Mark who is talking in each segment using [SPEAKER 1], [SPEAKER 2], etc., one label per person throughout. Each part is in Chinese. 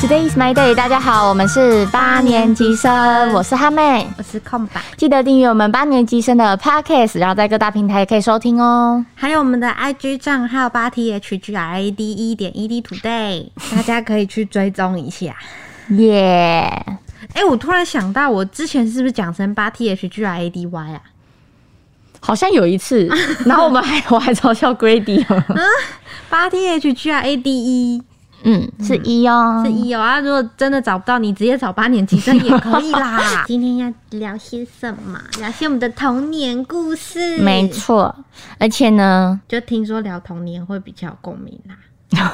[SPEAKER 1] Today is my day。大家好，我们是八年级生，我是哈妹。
[SPEAKER 2] 我是空白，
[SPEAKER 1] 记得订阅我们八年级生的 Podcast，然后在各大平台也可以收听哦。
[SPEAKER 2] 还有我们的 IG 账号八 T H G R A D 一点 E D Today，大家可以去追踪一下。
[SPEAKER 1] 耶、
[SPEAKER 2] 哎、我突然想到，我之前是不是讲成八 T H G R A D Y 啊？
[SPEAKER 1] 好像有一次， 然后我们还我还嘲笑 Grady 哦，
[SPEAKER 2] 八 T H G R A D 一
[SPEAKER 1] 嗯，是一哦，
[SPEAKER 2] 是。一哦啊！如果真的找不到，你直接找八年级生也可以啦。 今天要聊些什么？聊些我们的童年故事。
[SPEAKER 1] 没错，而且呢，
[SPEAKER 2] 就听说聊童年会比较有共鸣啊啦。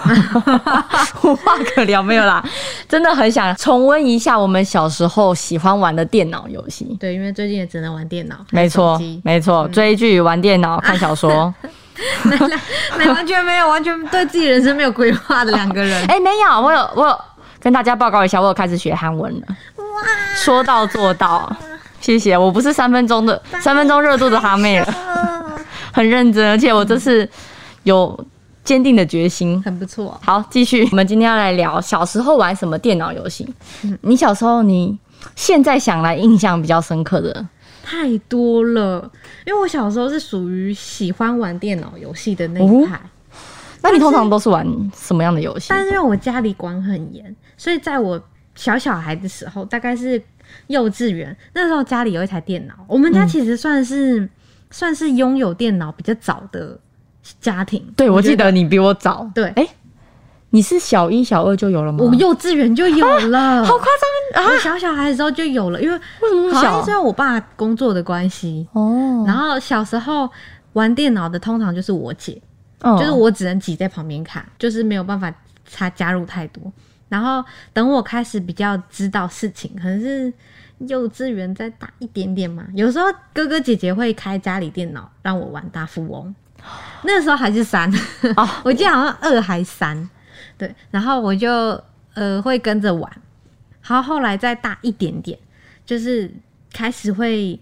[SPEAKER 1] 无话可聊，没有啦，真的很想重温一下我们小时候喜欢玩的电脑游戏。嗯
[SPEAKER 2] 对，因为最近也只能玩电脑，
[SPEAKER 1] 没错
[SPEAKER 2] 还有手机，
[SPEAKER 1] 没错，追剧、玩电脑、看小说。
[SPEAKER 2] 没完全没有，完全对自己人生没有规划的两个人。
[SPEAKER 1] 哎、没有，我有，我有跟大家报告一下，我有开始学韩文了，说到做到，谢谢。我不是三分钟的三分钟热度的哈妹 了，
[SPEAKER 2] 啊
[SPEAKER 1] 很认真，而且我这次有坚定的决心。
[SPEAKER 2] 很不错，
[SPEAKER 1] 好，继续，我们今天要来聊小时候玩什么电脑游戏。
[SPEAKER 2] 嗯
[SPEAKER 1] 你小时候，你现在想来印象比较深刻的，
[SPEAKER 2] 太多了。因为我小时候是属于喜欢玩电脑游戏的那
[SPEAKER 1] 哦
[SPEAKER 2] 一派，
[SPEAKER 1] 那你通常都是玩什么样的游戏？
[SPEAKER 2] 但是因为我家里管很严，所以在我小小孩的时候，大概是幼稚园那时候，家里有一台电脑。我
[SPEAKER 1] 嗯
[SPEAKER 2] 们家其实算是、算是拥有电脑比较早的家庭。
[SPEAKER 1] 对，我记
[SPEAKER 2] 觉
[SPEAKER 1] 得你比我早。
[SPEAKER 2] 对
[SPEAKER 1] 哎、你是小一、小二就有了吗？
[SPEAKER 2] 我幼稚园就有了，
[SPEAKER 1] 好夸张啊！
[SPEAKER 2] 我小小孩的时候就有了，因为
[SPEAKER 1] 为什么那么
[SPEAKER 2] 好像
[SPEAKER 1] 小
[SPEAKER 2] 是因为我爸工作的关系，
[SPEAKER 1] 哦，
[SPEAKER 2] 然后小时候玩电脑的通常就是我姐，
[SPEAKER 1] 嗯
[SPEAKER 2] 就是我只能挤在旁边看，就是没有办法插加入太多。然后等我开始比较知道事情，可能是幼稚园再大一点点嘛。有时候哥哥姐姐会开家里电脑让我玩大富翁，那时候还是三，
[SPEAKER 1] 哦
[SPEAKER 2] 我记得好像二还三，对。然后我就呃会跟着玩，然后后来再大一点点，就是开始会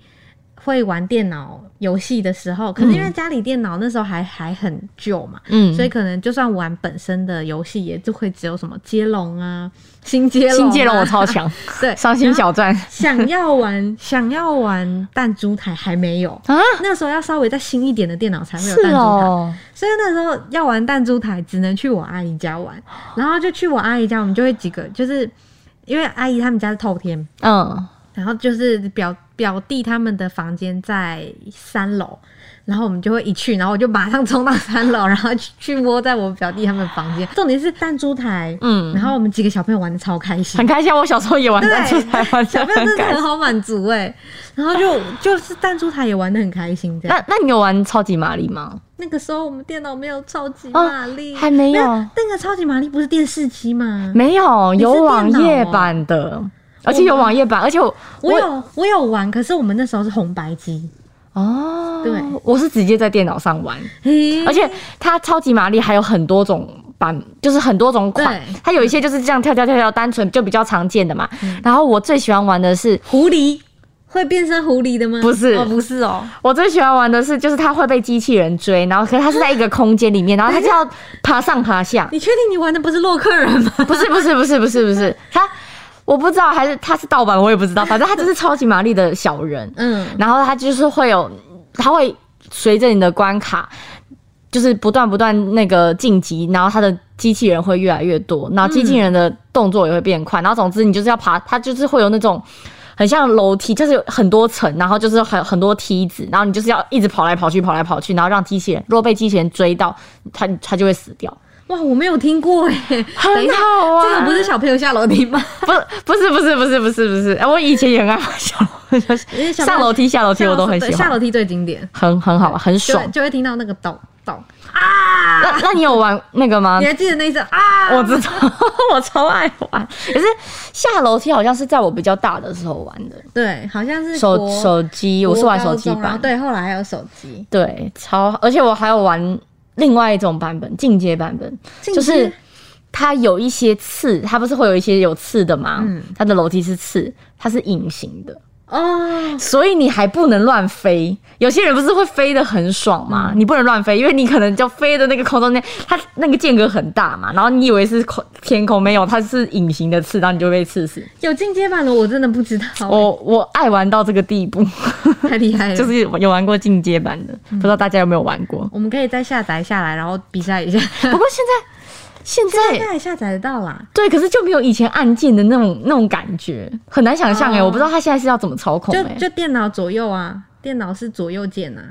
[SPEAKER 2] 会玩电脑游戏的时候，可是因为家里电脑那时候还、还很旧嘛，
[SPEAKER 1] 嗯
[SPEAKER 2] 所以可能就算玩本身的游戏，也就会只有什么接龙啊、新接龙、
[SPEAKER 1] 新界龙我超强，
[SPEAKER 2] 对
[SPEAKER 1] 伤心。
[SPEAKER 2] 然后
[SPEAKER 1] 小站
[SPEAKER 2] 想要玩，想要玩弹珠台还没有，
[SPEAKER 1] 啊，
[SPEAKER 2] 那时候要稍微再新一点的电脑才会有
[SPEAKER 1] 是
[SPEAKER 2] 弹珠台，
[SPEAKER 1] 哦，
[SPEAKER 2] 所以那时候要玩弹珠台只能去我阿姨家玩，然后就去我阿姨家，我们就会几个，就是因为阿姨他们家是透天，
[SPEAKER 1] 嗯，
[SPEAKER 2] 然后就是表表弟他们的房间在三楼，然后我们就会一去，然后我就马上冲到三楼，然后去去窝在我表弟他们房间。重点是弹珠台，
[SPEAKER 1] 嗯
[SPEAKER 2] 嗯，然后我们几个小朋友玩的超开心
[SPEAKER 1] 很，开心。我小时候也玩
[SPEAKER 2] 对
[SPEAKER 1] 弹珠台，玩
[SPEAKER 2] 小
[SPEAKER 1] 的
[SPEAKER 2] 朋友
[SPEAKER 1] 很
[SPEAKER 2] 真的
[SPEAKER 1] 开
[SPEAKER 2] 很
[SPEAKER 1] 心。
[SPEAKER 2] 好满足哎、然后就就是弹珠台也玩的很开心这样。
[SPEAKER 1] 那那你有玩超级玛丽吗？
[SPEAKER 2] 那个时候我们电脑没有超级玛丽、
[SPEAKER 1] 还没有
[SPEAKER 2] 那个超级玛丽不是电视机吗？
[SPEAKER 1] 哎没有，
[SPEAKER 2] 你是
[SPEAKER 1] 有网页
[SPEAKER 2] 电脑哦
[SPEAKER 1] 版的，而且有网页版，而且我
[SPEAKER 2] 我有我有玩，可是我们那时候是红白机，
[SPEAKER 1] 哦，
[SPEAKER 2] 对，
[SPEAKER 1] 我是直接在电脑上玩，
[SPEAKER 2] 嘿
[SPEAKER 1] 而且它超级玛丽还有很多种版，就是很多种款
[SPEAKER 2] 对，
[SPEAKER 1] 它有一些就是这样跳跳跳跳，单纯就比较常见的嘛。
[SPEAKER 2] 嗯
[SPEAKER 1] 然后我最喜欢玩的是
[SPEAKER 2] 狐狸会变身狐狸的吗？
[SPEAKER 1] 不是
[SPEAKER 2] 哦，不是哦，
[SPEAKER 1] 我最喜欢玩的是，就是它会被机器人追，然后可是它是在一个空间里面，然后它就要爬上爬下。
[SPEAKER 2] 你确定你玩的不是洛克人吗？
[SPEAKER 1] 不是不是不是不是不是，它我不知道还是它是盗版，我也不知道，反正它就是超级玛丽的小人，
[SPEAKER 2] 嗯，
[SPEAKER 1] 然后它就是会有，它会随着你的关卡。就是不断不断那个晋级，然后它的机器人会越来越多，然后机器人的动作也会变快，然后总之你就是要爬，它就是会有那种很像楼梯，就是有很多层，然后就是有很很多梯子，然后你就是要一直跑来跑去，跑来跑去，然后让机器人，如果被机器人追到，它它就会死掉。
[SPEAKER 2] 哇，我没有听过哎，
[SPEAKER 1] 很
[SPEAKER 2] 等一下
[SPEAKER 1] 好玩
[SPEAKER 2] 这个不是小朋友下楼梯吗？
[SPEAKER 1] 不，不是，不是，不是，不是，不是。哎我以前也很爱玩小楼梯，
[SPEAKER 2] 因为小朋
[SPEAKER 1] 上
[SPEAKER 2] 友
[SPEAKER 1] 楼梯、下楼梯我都很
[SPEAKER 2] 对
[SPEAKER 1] 喜
[SPEAKER 2] 下
[SPEAKER 1] 欢，
[SPEAKER 2] 楼梯最经典，
[SPEAKER 1] 很很好玩，很
[SPEAKER 2] 就
[SPEAKER 1] 爽
[SPEAKER 2] 会。就会听到那个咚咚，啊
[SPEAKER 1] 那那你有玩那个吗
[SPEAKER 2] 你？还记得那一声啊？
[SPEAKER 1] 我知 道，我超爱玩。可是下楼梯好像是在我比较大的时候玩的，
[SPEAKER 2] 对，好像是
[SPEAKER 1] 手
[SPEAKER 2] 国
[SPEAKER 1] 手机我是玩手机
[SPEAKER 2] 国高中然后
[SPEAKER 1] 版，
[SPEAKER 2] 对，后来还有手机，
[SPEAKER 1] 对，超，而且我还有玩另外一种版本，进阶版本，
[SPEAKER 2] 进
[SPEAKER 1] 就
[SPEAKER 2] 阶
[SPEAKER 1] 是。它有一
[SPEAKER 2] 嗯
[SPEAKER 1] 些刺，它不是会有一些有刺的吗？它的楼梯是刺，它是隐形的，
[SPEAKER 2] 哦，
[SPEAKER 1] 所以你还不能乱飞。有些人不是会飞得很爽吗？
[SPEAKER 2] 嗯
[SPEAKER 1] 你不能乱飞，因为你可能就飞的那个空中间，它那个间隔很大嘛，然后你以为是空天空，没有，它是隐形的刺，然后你就被刺死。
[SPEAKER 2] 有进阶版的我真的不知道、欸，
[SPEAKER 1] 我我爱玩到这个地步，
[SPEAKER 2] 太厉害了。
[SPEAKER 1] 就是有玩过进阶版的，
[SPEAKER 2] 嗯
[SPEAKER 1] 不知道大家有没有玩 过？
[SPEAKER 2] 我们可以再下载下来，然后比赛一 下。
[SPEAKER 1] 不过现在。现在
[SPEAKER 2] 现在还下载得到啦，
[SPEAKER 1] 对，可是就没有以前按键的那种那种感觉，很难想象哎、
[SPEAKER 2] 哦
[SPEAKER 1] 我不知道他现在是要怎么操控
[SPEAKER 2] 就
[SPEAKER 1] 哎、
[SPEAKER 2] 就电脑左右啊，电脑是左右键啊。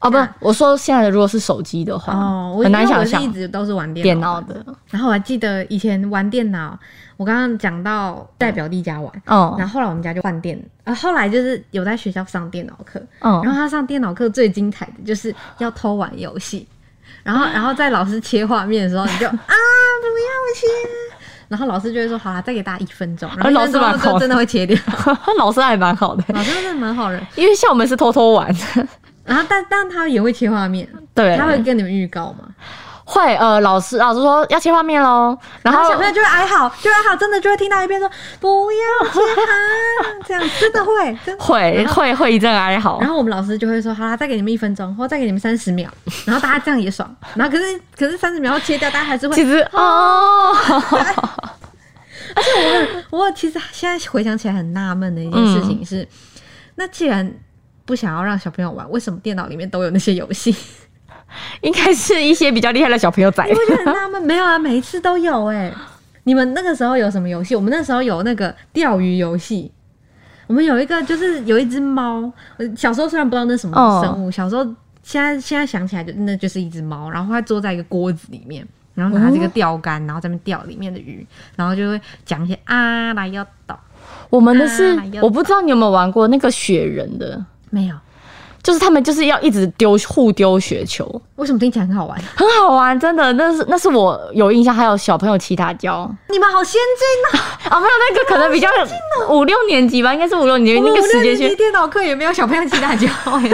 [SPEAKER 1] 哦，不，我说现在的如果是手机的话，
[SPEAKER 2] 哦，我
[SPEAKER 1] 很难
[SPEAKER 2] 因为
[SPEAKER 1] 想
[SPEAKER 2] 我是
[SPEAKER 1] 象
[SPEAKER 2] 一直都是玩电
[SPEAKER 1] 电
[SPEAKER 2] 脑
[SPEAKER 1] 脑
[SPEAKER 2] 的。
[SPEAKER 1] 的，
[SPEAKER 2] 然后我还记得以前玩电脑，我刚刚讲到在表弟家玩，
[SPEAKER 1] 嗯
[SPEAKER 2] 然后后来我们家就换电，啊，后来就是有在学校上电脑课，
[SPEAKER 1] 嗯
[SPEAKER 2] 然后他上电脑课最精彩的就是要偷玩游戏，然后然后在老师切画面的时候，你 就啊不要切，啊然后老师就会说好啦，再给大家一分钟，然后
[SPEAKER 1] 而老师
[SPEAKER 2] 一分钟
[SPEAKER 1] 蛮好
[SPEAKER 2] 就
[SPEAKER 1] 的
[SPEAKER 2] 真的会切掉，
[SPEAKER 1] 老师还蛮好的，
[SPEAKER 2] 老师真的蛮好人，
[SPEAKER 1] 因为像我们是偷偷玩，
[SPEAKER 2] 然后但但他也会切画面，
[SPEAKER 1] 对，
[SPEAKER 2] 他会跟你们预告嘛，
[SPEAKER 1] 会呃，老师老师说要切画面喽，然
[SPEAKER 2] 然后
[SPEAKER 1] 后
[SPEAKER 2] 小朋友就会哀嚎，就会哀嚎，真的就会听到一遍说不要切它，这样真的会，真 的。
[SPEAKER 1] 会会会一阵哀嚎
[SPEAKER 2] 然，后我们老师就会说，好啦，再给你们一分钟，或再给你们三十秒，然后大家这样也爽。然后可是可是三十秒后切掉，大家还是 会
[SPEAKER 1] 其。实哦，
[SPEAKER 2] 我其实现在回想起来很纳闷的一件事情是，那既然不想要让小朋友玩，为什么电脑里面都有那些游戏？
[SPEAKER 1] 应该是一些比较厉害的小朋友仔
[SPEAKER 2] 你，会觉得很纳闷？没有啊，每一次都有哎、你们那个时候有什么游戏？我们那时候有那个钓鱼游戏。我们有一个就是有一只猫，我小时候虽然不知道那是什
[SPEAKER 1] 哦
[SPEAKER 2] 么生物，小时候现在现在想起来就那就是一只猫，然后它坐在一个锅子里面，然后拿这个钓竿，然后在那边钓里面的鱼，然后就会讲一些啊来要倒，
[SPEAKER 1] 我们的是
[SPEAKER 2] 啊要
[SPEAKER 1] 我不知道你有没有玩过那个雪人的。
[SPEAKER 2] 没有，
[SPEAKER 1] 就是他们就是要一直丢互丢雪球，
[SPEAKER 2] 为什么听起来很好玩？
[SPEAKER 1] 很好玩，真的，那是那是我有印象，还有小朋友其他教啊，
[SPEAKER 2] 你们好先进啊 呐、
[SPEAKER 1] 没有那个可能比
[SPEAKER 2] 啊
[SPEAKER 1] 较五六年级吧，应该是五六年级
[SPEAKER 2] 我
[SPEAKER 1] 那
[SPEAKER 2] 们
[SPEAKER 1] 个
[SPEAKER 2] 五
[SPEAKER 1] 时
[SPEAKER 2] 六
[SPEAKER 1] 间
[SPEAKER 2] 年级
[SPEAKER 1] 线，
[SPEAKER 2] 电脑课也没有小朋友骑大脚、 欸，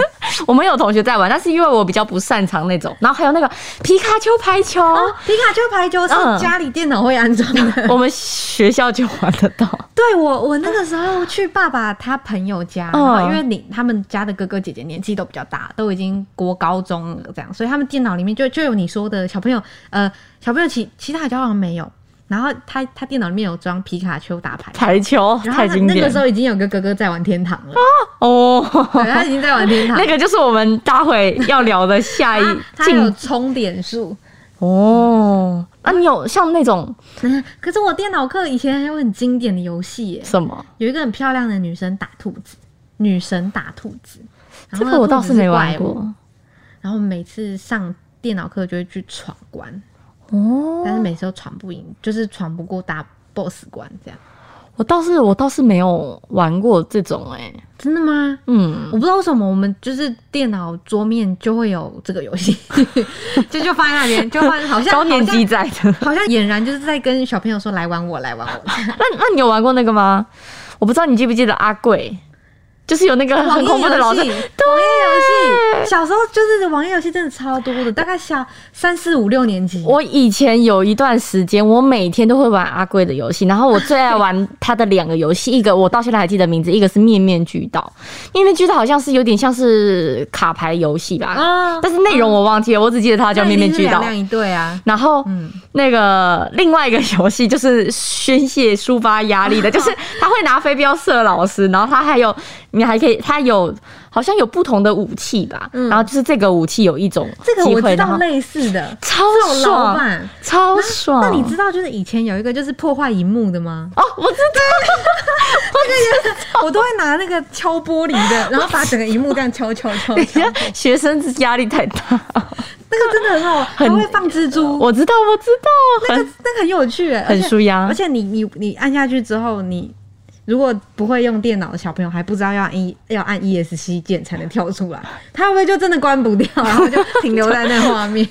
[SPEAKER 1] 我们有同学在玩，但是因为我比较不擅长那种，然后还有那个皮卡丘排球，
[SPEAKER 2] 皮卡丘排球是
[SPEAKER 1] 嗯
[SPEAKER 2] 家里电脑会安装的。
[SPEAKER 1] 我们学校就玩得到，
[SPEAKER 2] 对我，我那个时候去爸爸他朋友家，
[SPEAKER 1] 嗯
[SPEAKER 2] 然后因为你他们家的哥哥姐姐年纪都比较大，都已经国高中了这样，所以他们电脑里面就就有你说的小朋友，呃，小朋友其其他好像没有，然后他他电脑里面有装皮卡丘打牌。
[SPEAKER 1] 排球
[SPEAKER 2] 然后
[SPEAKER 1] 太
[SPEAKER 2] 他
[SPEAKER 1] 经
[SPEAKER 2] 那个
[SPEAKER 1] 典
[SPEAKER 2] 时候已经有个哥哥在玩天堂了，
[SPEAKER 1] 哦。
[SPEAKER 2] 对，他已经在玩天堂。
[SPEAKER 1] 那个就是我们待会要聊的下一
[SPEAKER 2] 他他有
[SPEAKER 1] 进
[SPEAKER 2] 充点数，
[SPEAKER 1] 哦。啊，你有像那种
[SPEAKER 2] 嗯可是我电脑课以前还有很经典的游戏耶，
[SPEAKER 1] 什么？
[SPEAKER 2] 有一个很漂亮的女生打兔子，女神打兔子。然
[SPEAKER 1] 这
[SPEAKER 2] 后
[SPEAKER 1] 个我倒是没玩
[SPEAKER 2] 那个兔子是怪物。
[SPEAKER 1] 过
[SPEAKER 2] 然后每次上电脑课就会去闯关，
[SPEAKER 1] 哦。
[SPEAKER 2] 但是每次都闯不赢，就是闯不过大 boss 关这样。
[SPEAKER 1] 我倒是我倒是没有玩过这种哎、欸
[SPEAKER 2] 真的吗？
[SPEAKER 1] 嗯，
[SPEAKER 2] 我不知道为什么我们就是电脑桌面就会有这个游戏， 就就放在那边，就放好像
[SPEAKER 1] 高年级在 的。
[SPEAKER 2] 好像，好像俨然就是在跟小朋友说来玩我，来玩我。
[SPEAKER 1] 那那你有玩过那个吗？我不知道你记不记得阿贵，就是有那个 很恐怖的老师
[SPEAKER 2] 网页，游戏网页游戏，小时候就是网页游戏真的超多的，大概小三四五六年级，
[SPEAKER 1] 我以前有一段时间，我每天都会玩阿贵的游戏，然后我最爱玩他的两个游戏，一个我到现在还记得名字，一个是面面俱到。面面俱到好像是有点像是卡牌游戏吧，
[SPEAKER 2] 啊
[SPEAKER 1] 但是内容我忘记了，我只记得它叫面面俱
[SPEAKER 2] 那一定是
[SPEAKER 1] 到
[SPEAKER 2] 两。两一对啊，
[SPEAKER 1] 然后，
[SPEAKER 2] 嗯
[SPEAKER 1] 那个另外一个游戏就是宣泄抒发压 力的，就是他会拿飞镖射老师，然后他还有你还可以，他有好像有不同的武器吧，
[SPEAKER 2] 嗯
[SPEAKER 1] 然后就是这个武器有一种
[SPEAKER 2] 这个
[SPEAKER 1] 机
[SPEAKER 2] 我
[SPEAKER 1] 会
[SPEAKER 2] 知
[SPEAKER 1] 然
[SPEAKER 2] 道
[SPEAKER 1] 后
[SPEAKER 2] 类似的，
[SPEAKER 1] 超
[SPEAKER 2] 这种老
[SPEAKER 1] 爽，
[SPEAKER 2] 板。
[SPEAKER 1] 超爽。
[SPEAKER 2] 那你知道就是以前有一个就是破坏荧幕的 吗？
[SPEAKER 1] 哦，我知
[SPEAKER 2] 我都会拿那个敲玻璃的，然后把整个荧幕这样敲敲 敲敲，
[SPEAKER 1] 道， 学生压力太大，
[SPEAKER 2] 那个真的很好玩，还
[SPEAKER 1] 很
[SPEAKER 2] 会放蜘蛛，
[SPEAKER 1] 我知道，我知道，
[SPEAKER 2] 那
[SPEAKER 1] 很
[SPEAKER 2] 个那个很有趣欸，
[SPEAKER 1] 很舒压
[SPEAKER 2] 而且而且你你你按下去之后，你如果不会用电脑的小朋友还不知道要按 E 要按 ESC 键才能跳出来，他会不会就真的关不掉，然后就停留在那画面？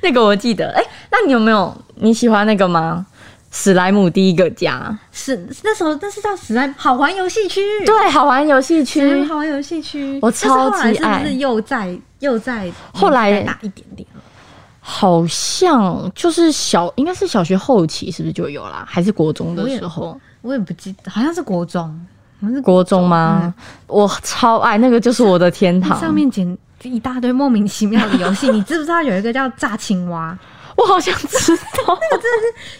[SPEAKER 1] 那个我记得。哎、那你有没有你喜欢那个吗？史莱姆第一个家，
[SPEAKER 2] 是那时候那是叫史莱姆好玩游戏区，
[SPEAKER 1] 对，好玩游戏区
[SPEAKER 2] 史莱姆好玩游戏区，
[SPEAKER 1] 我
[SPEAKER 2] 但是后来
[SPEAKER 1] 超级爱
[SPEAKER 2] 是不是又在又在
[SPEAKER 1] 后来
[SPEAKER 2] 再大一点点了？
[SPEAKER 1] 好像就是小，应该是小学后期，是不是就有啦？还是国中的时候？
[SPEAKER 2] 我也不记得，好像是国中，我是
[SPEAKER 1] 国中吗？我超爱那个，就是我的天堂。
[SPEAKER 2] 上面捡一大堆莫名其妙的游 戏，你知不知道有一个叫炸青蛙？
[SPEAKER 1] 我好想 知道，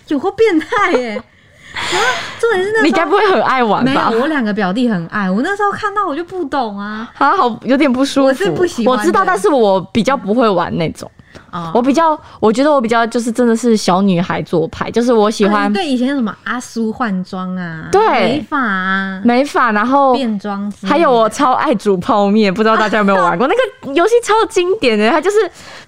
[SPEAKER 2] 有过变态耶、然后重点是那
[SPEAKER 1] 你
[SPEAKER 2] 时
[SPEAKER 1] 该
[SPEAKER 2] 候
[SPEAKER 1] 不会很爱玩
[SPEAKER 2] 没
[SPEAKER 1] 吧？
[SPEAKER 2] 有，我两个表弟很爱，我那时候看到我就不懂啊。
[SPEAKER 1] 啊，好有点不舒服。
[SPEAKER 2] 我是不喜欢
[SPEAKER 1] 我知道，
[SPEAKER 2] 的
[SPEAKER 1] 但是我比较不会玩那种。
[SPEAKER 2] 哦
[SPEAKER 1] 我比较，我觉得我比较就是真的是小女孩做派，就是我喜
[SPEAKER 2] 啊
[SPEAKER 1] 欢
[SPEAKER 2] 你对以前什么阿苏换装啊，
[SPEAKER 1] 对
[SPEAKER 2] 美发啊，
[SPEAKER 1] 美发，然后
[SPEAKER 2] 变装之类的，
[SPEAKER 1] 还有我超爱煮泡面，不知道大家有没有 玩过那个游戏超经典的，它就是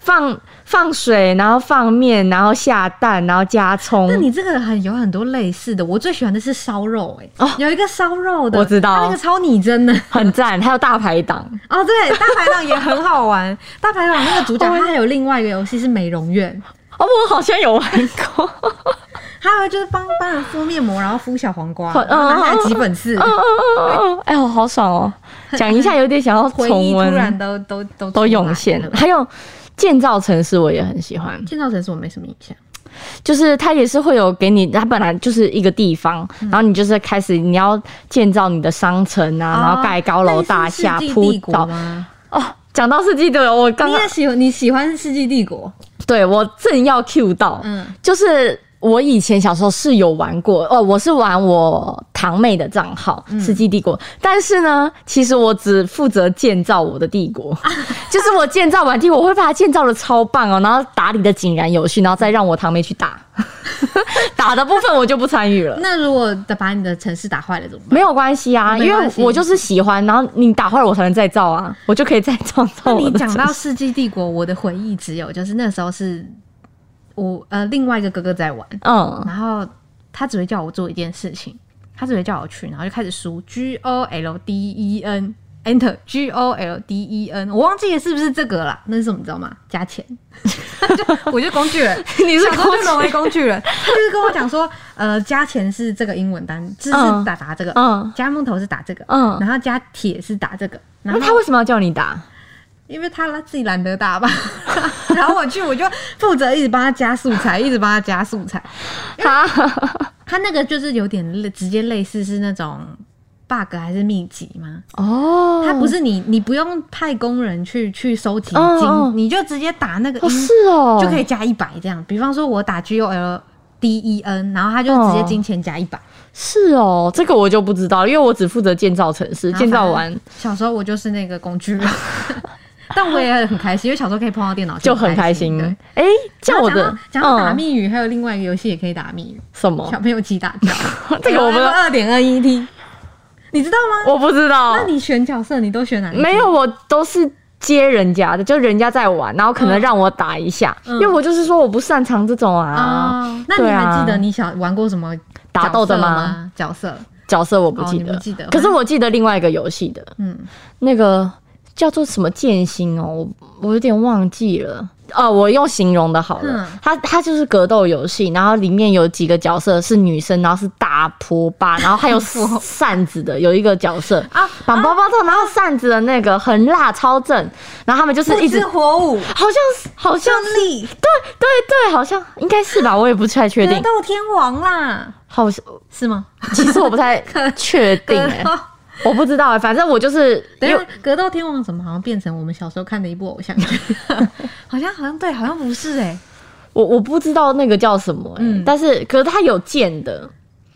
[SPEAKER 1] 放放水，然后放面，然后下蛋，然后加葱
[SPEAKER 2] 那。你这个很有很多类似的，我最喜欢的是烧肉、欸，哎、
[SPEAKER 1] 哦
[SPEAKER 2] 有一个烧肉的，
[SPEAKER 1] 我知道
[SPEAKER 2] 它那个超拟真的
[SPEAKER 1] 很赞，还有大排档，
[SPEAKER 2] 哦，对，大排档也很好玩，大排档那个主角他还有另外一个游戏是美容院，
[SPEAKER 1] 哦，我好像有玩过，
[SPEAKER 2] 他会就是帮帮人敷面膜，然后敷小黄瓜，
[SPEAKER 1] 好
[SPEAKER 2] 然后拿下
[SPEAKER 1] 嗯嗯
[SPEAKER 2] 来几本是
[SPEAKER 1] 嗯嗯嗯嗯嗯，哎呦，好爽哦！讲一下有点想要
[SPEAKER 2] 回忆
[SPEAKER 1] 重
[SPEAKER 2] 突然
[SPEAKER 1] 温，
[SPEAKER 2] 都都都
[SPEAKER 1] 都涌现
[SPEAKER 2] 出来了。
[SPEAKER 1] 还有建造城市，我也很喜欢，
[SPEAKER 2] 建造城市我没什么啊印象，
[SPEAKER 1] 就是它也是会有给你，它本来就是一个地方，
[SPEAKER 2] 嗯
[SPEAKER 1] 然后你就是开始你要建造你的商城
[SPEAKER 2] 哦
[SPEAKER 1] 啊，然后盖高楼大厦
[SPEAKER 2] 类似世纪
[SPEAKER 1] 铺
[SPEAKER 2] 帝国
[SPEAKER 1] 岛。
[SPEAKER 2] 吗？
[SPEAKER 1] 哦，讲到世纪的，我刚
[SPEAKER 2] 你
[SPEAKER 1] 刚
[SPEAKER 2] 也喜欢你喜欢世纪帝国？
[SPEAKER 1] 对我正要 cue 到，
[SPEAKER 2] 嗯，
[SPEAKER 1] 就是我以前小时候是有玩过哦，我是玩我堂妹的账号
[SPEAKER 2] 嗯
[SPEAKER 1] 《世纪帝国》但是呢，其实我只负责建造我的帝国， 就是我建造完帝国，我会把它建造的超棒哦，然后打理的井然有序，然后再让我堂妹去 打，打的部分我就不参与了。
[SPEAKER 2] 那如果把你的城市打坏了怎么办？
[SPEAKER 1] 没有关系啊，因
[SPEAKER 2] 哦没关
[SPEAKER 1] 为
[SPEAKER 2] 系
[SPEAKER 1] 我就是喜欢，然后你打坏了我才能再造啊，我就可以再创造
[SPEAKER 2] 那
[SPEAKER 1] 我
[SPEAKER 2] 你
[SPEAKER 1] 的
[SPEAKER 2] 讲
[SPEAKER 1] 城市。
[SPEAKER 2] 到《世纪帝国》，我的回忆只有就是那时候是我呃另外一个哥哥在玩，
[SPEAKER 1] 嗯，
[SPEAKER 2] 然后他只会叫我做一件事情，他只会叫我去，然后就开始输 G O L D E N Enter G O L D E N，我忘记了是不是这个啦？那是什么你知道吗？加钱， 就我就工具人。
[SPEAKER 1] 你是
[SPEAKER 2] 小时候就沦为工具人，他就是跟我讲说，呃，加钱是这个英文单，字
[SPEAKER 1] 嗯
[SPEAKER 2] 是打打这个，
[SPEAKER 1] 嗯
[SPEAKER 2] 加木头是打这个，
[SPEAKER 1] 嗯
[SPEAKER 2] 然后加铁是打这个，
[SPEAKER 1] 那
[SPEAKER 2] 然后
[SPEAKER 1] 他为什么要叫你打？
[SPEAKER 2] 因为他自己懒得打吧， 然后我去我就负责一直帮他加素 材，一直帮他加素材。
[SPEAKER 1] 哈，
[SPEAKER 2] 他那个就是有点类，直接类似是那种 bug 还是秘籍吗？
[SPEAKER 1] 哦，
[SPEAKER 2] 他不是你，你不用派工人去去收集金，
[SPEAKER 1] 哦哦
[SPEAKER 2] 你就直接打那个
[SPEAKER 1] 哦，
[SPEAKER 2] 音、
[SPEAKER 1] 是哦，
[SPEAKER 2] 就可以加一百这样。比方说我打 G O L D E N，然后他就直接金钱加一百、
[SPEAKER 1] 是哦，这个我就不知道，因为我只负责建造城市，
[SPEAKER 2] 然后
[SPEAKER 1] 建造
[SPEAKER 2] 反
[SPEAKER 1] 完
[SPEAKER 2] 正小时候我就是那个工具人， 但我也很开心，因为小时候可以碰到电脑
[SPEAKER 1] 就很开心
[SPEAKER 2] 心。
[SPEAKER 1] 哎，
[SPEAKER 2] 对。。
[SPEAKER 1] 叫我的
[SPEAKER 2] 讲到讲到打
[SPEAKER 1] 嗯
[SPEAKER 2] 密语，还有另外一个游戏也可以打密语，
[SPEAKER 1] 什么？。
[SPEAKER 2] 小朋友起打架
[SPEAKER 1] 这个我不知道
[SPEAKER 2] 二点二一 T，你知道吗？
[SPEAKER 1] 我不知道
[SPEAKER 2] 那，你选角色，你都选哪一
[SPEAKER 1] 哦
[SPEAKER 2] 个？
[SPEAKER 1] 没有，我都是接人家的，就人家在玩，然后可能
[SPEAKER 2] 嗯
[SPEAKER 1] 让我打一下，
[SPEAKER 2] 嗯
[SPEAKER 1] 因为我就是说我不擅长这种啊
[SPEAKER 2] 啊？那你
[SPEAKER 1] 对啊
[SPEAKER 2] 还记得你小玩过什么
[SPEAKER 1] 打斗的
[SPEAKER 2] 角色
[SPEAKER 1] 吗？
[SPEAKER 2] 吗？角色，
[SPEAKER 1] 角色，我不
[SPEAKER 2] 哦
[SPEAKER 1] 记
[SPEAKER 2] 你不
[SPEAKER 1] 得
[SPEAKER 2] 记得，
[SPEAKER 1] 可是我记得另外一个游戏的
[SPEAKER 2] 嗯，
[SPEAKER 1] 那个叫做什么剑心哦，我我有点忘记了。哦，我用形容的好了
[SPEAKER 2] 嗯，
[SPEAKER 1] 它它就是格斗游戏，然后里面有几个角色是女生，然后是大波霸， 然后还有扇子的，有一个角色
[SPEAKER 2] 啊
[SPEAKER 1] 绑包包头，然后扇子的那个很辣超正，然后他们就是一直
[SPEAKER 2] 火舞，
[SPEAKER 1] 好像是好像
[SPEAKER 2] 胜利
[SPEAKER 1] 对对对，好像应该是吧，我也不太确定
[SPEAKER 2] 格，斗天王啦，
[SPEAKER 1] 好像
[SPEAKER 2] 是吗？
[SPEAKER 1] 其实我不 太确
[SPEAKER 2] 格
[SPEAKER 1] 定哎、
[SPEAKER 2] 斗，
[SPEAKER 1] 我不知道哎、反正我就是
[SPEAKER 2] 等一
[SPEAKER 1] 因为
[SPEAKER 2] 下，格斗天王怎么好像变成我们小时候看的一部 偶像剧？好像好像对，好像不是
[SPEAKER 1] 欸
[SPEAKER 2] 哎，
[SPEAKER 1] 我我不知道那个叫什么、欸，
[SPEAKER 2] 嗯
[SPEAKER 1] 但是可是它有剑的，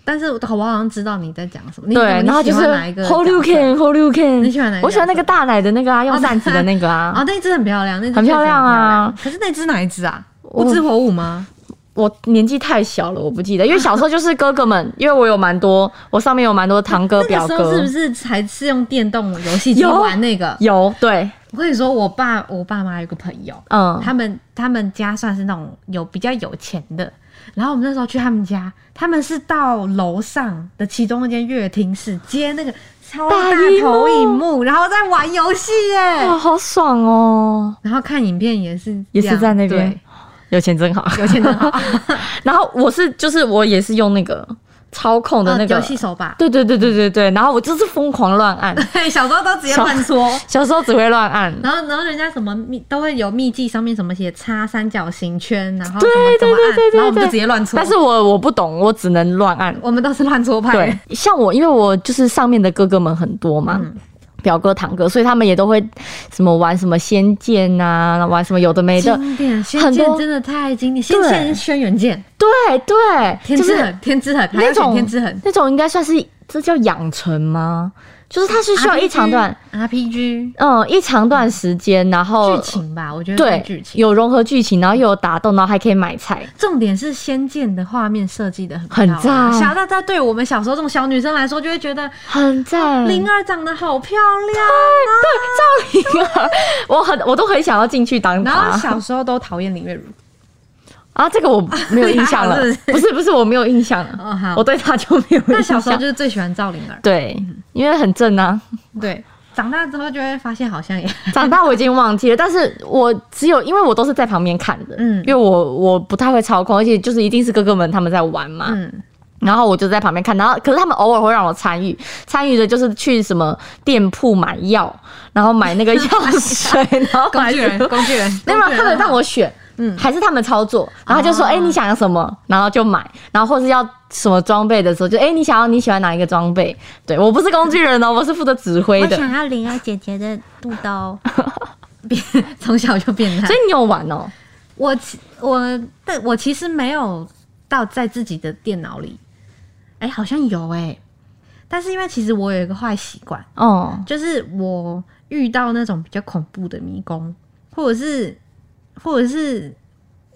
[SPEAKER 2] 但是我我好像知道你在讲什么。你
[SPEAKER 1] 对，
[SPEAKER 2] 你
[SPEAKER 1] 然后就
[SPEAKER 2] 喜
[SPEAKER 1] 是
[SPEAKER 2] 欢哪一个
[SPEAKER 1] Hold you
[SPEAKER 2] 角色
[SPEAKER 1] can, Hold you can，
[SPEAKER 2] 你喜欢哪一个
[SPEAKER 1] 我喜欢那个大奶的那个啊，用
[SPEAKER 2] 哦
[SPEAKER 1] 扇子的那个
[SPEAKER 2] 啊、
[SPEAKER 1] 啊。
[SPEAKER 2] 那一只很漂亮，那只
[SPEAKER 1] 很漂亮啊
[SPEAKER 2] 确实很漂亮。可是那只哪一只啊？无知火舞吗？
[SPEAKER 1] 我年纪太小了，我不记得，因为小时候就是哥哥们，因为我有蛮多，我上面有蛮多堂哥
[SPEAKER 2] 那
[SPEAKER 1] 表
[SPEAKER 2] 个时候是
[SPEAKER 1] 哥
[SPEAKER 2] 不。是才是用电动游戏机
[SPEAKER 1] 有
[SPEAKER 2] 玩那个？
[SPEAKER 1] 有对，
[SPEAKER 2] 我跟你说，我爸我爸妈有个朋友，
[SPEAKER 1] 嗯，
[SPEAKER 2] 他们他们家算是那种有比较有钱的。然后我们那时候去他们家，他们是到楼上的其中一间乐厅室接那个超
[SPEAKER 1] 大
[SPEAKER 2] 大
[SPEAKER 1] 荧幕
[SPEAKER 2] 投影幕，然后在玩游戏耶
[SPEAKER 1] 哇，，好爽哦，
[SPEAKER 2] 然后看影片也是
[SPEAKER 1] 也
[SPEAKER 2] 这
[SPEAKER 1] 是
[SPEAKER 2] 样
[SPEAKER 1] 在那边
[SPEAKER 2] 对，
[SPEAKER 1] 有钱真好。
[SPEAKER 2] 有钱人好哦
[SPEAKER 1] 然后我是就是我也是用那个操控的那 个
[SPEAKER 2] 啊游戏手把，
[SPEAKER 1] 对对对对对对，然后我就是疯狂乱 按，
[SPEAKER 2] 对，小时候都直接乱搓。
[SPEAKER 1] 小时候只会乱按，
[SPEAKER 2] 然后，然后人家什么秘都会有秘籍，上面什么写叉三角形圈，然后什么怎么按，然后我们就直接乱搓。
[SPEAKER 1] 但是我我不懂，我只能乱按。
[SPEAKER 2] 我们都是乱搓
[SPEAKER 1] 对
[SPEAKER 2] 派，，
[SPEAKER 1] 像我，因为我就是上面的哥哥们很多嘛。
[SPEAKER 2] 嗯
[SPEAKER 1] 表哥、堂哥，所以他们也都会什么玩什么《仙剑》啊，玩什么有的没的。
[SPEAKER 2] 经典《仙
[SPEAKER 1] 很
[SPEAKER 2] 剑
[SPEAKER 1] 多》
[SPEAKER 2] 真的太经典，《仙
[SPEAKER 1] 对
[SPEAKER 2] 剑》《轩辕剑
[SPEAKER 1] 对对，
[SPEAKER 2] 天
[SPEAKER 1] 就
[SPEAKER 2] 之
[SPEAKER 1] 是
[SPEAKER 2] 痕》《天之痕》还
[SPEAKER 1] 那
[SPEAKER 2] 有选
[SPEAKER 1] 种
[SPEAKER 2] 天之痕》，
[SPEAKER 1] 那种应该算是这叫养成吗？就是它是需要一长
[SPEAKER 2] 啊
[SPEAKER 1] 段，
[SPEAKER 2] RPG
[SPEAKER 1] 嗯，一长段时间，然后
[SPEAKER 2] 剧情吧，我觉得
[SPEAKER 1] 对
[SPEAKER 2] 是剧情。
[SPEAKER 1] 有融合剧情，然后又有打斗，然后还可以买菜。
[SPEAKER 2] 重点是《仙剑》的画面设计的很
[SPEAKER 1] 很
[SPEAKER 2] 漂亮
[SPEAKER 1] 赞
[SPEAKER 2] 小大家对我们小时候这种小女生来说，就会觉得
[SPEAKER 1] 很赞，
[SPEAKER 2] 灵儿长得好漂亮。
[SPEAKER 1] 对赵灵儿， 我很我都很想要进去当
[SPEAKER 2] 然后
[SPEAKER 1] 她
[SPEAKER 2] 小时候都讨厌林 月如。
[SPEAKER 1] 啊，这个我没有印 象了
[SPEAKER 2] 啊还好是，不
[SPEAKER 1] 不是不是我没有印象了，
[SPEAKER 2] 哦，好
[SPEAKER 1] 我。对她就没有印象。
[SPEAKER 2] 但小时候就是最喜欢赵灵儿，
[SPEAKER 1] 对，因为很正啊，
[SPEAKER 2] 对。长大之后就会发现好像也
[SPEAKER 1] 长大我已经忘记了，但是我只有因为我都是在旁边看的，
[SPEAKER 2] 嗯
[SPEAKER 1] 嗯，因为我我不太会操控，而且就是一定是哥哥们他们在玩嘛，
[SPEAKER 2] 嗯，
[SPEAKER 1] 然后我就在旁边看，然后可是他们偶尔会让我参与，参与的就是去什么店铺买药，然后买那个药水，然后
[SPEAKER 2] 工
[SPEAKER 1] 买
[SPEAKER 2] 具
[SPEAKER 1] 什
[SPEAKER 2] 人，
[SPEAKER 1] 么
[SPEAKER 2] 工具 人，
[SPEAKER 1] 没有，他们让
[SPEAKER 2] 我
[SPEAKER 1] 我选，
[SPEAKER 2] 嗯
[SPEAKER 1] 嗯，还是他们操作，然后他就说，
[SPEAKER 2] 哦
[SPEAKER 1] 哎、你想要什么，然后就买，然后或是要什么装备的时候，就哎、你想要你喜欢哪一个装备？对我不是工具人
[SPEAKER 2] 嗯
[SPEAKER 1] 哦，我是负责指挥的，所
[SPEAKER 2] 要灵儿姐姐的肚 兜，变从小就变态。
[SPEAKER 1] 以你有玩哦，
[SPEAKER 2] 我其我但我其实没有到在自己的电脑里，哎、好像有哎、但是因为其实我有一个坏习惯，
[SPEAKER 1] 哦，
[SPEAKER 2] 就是我遇到那种比较恐怖的迷宫，或者是或者是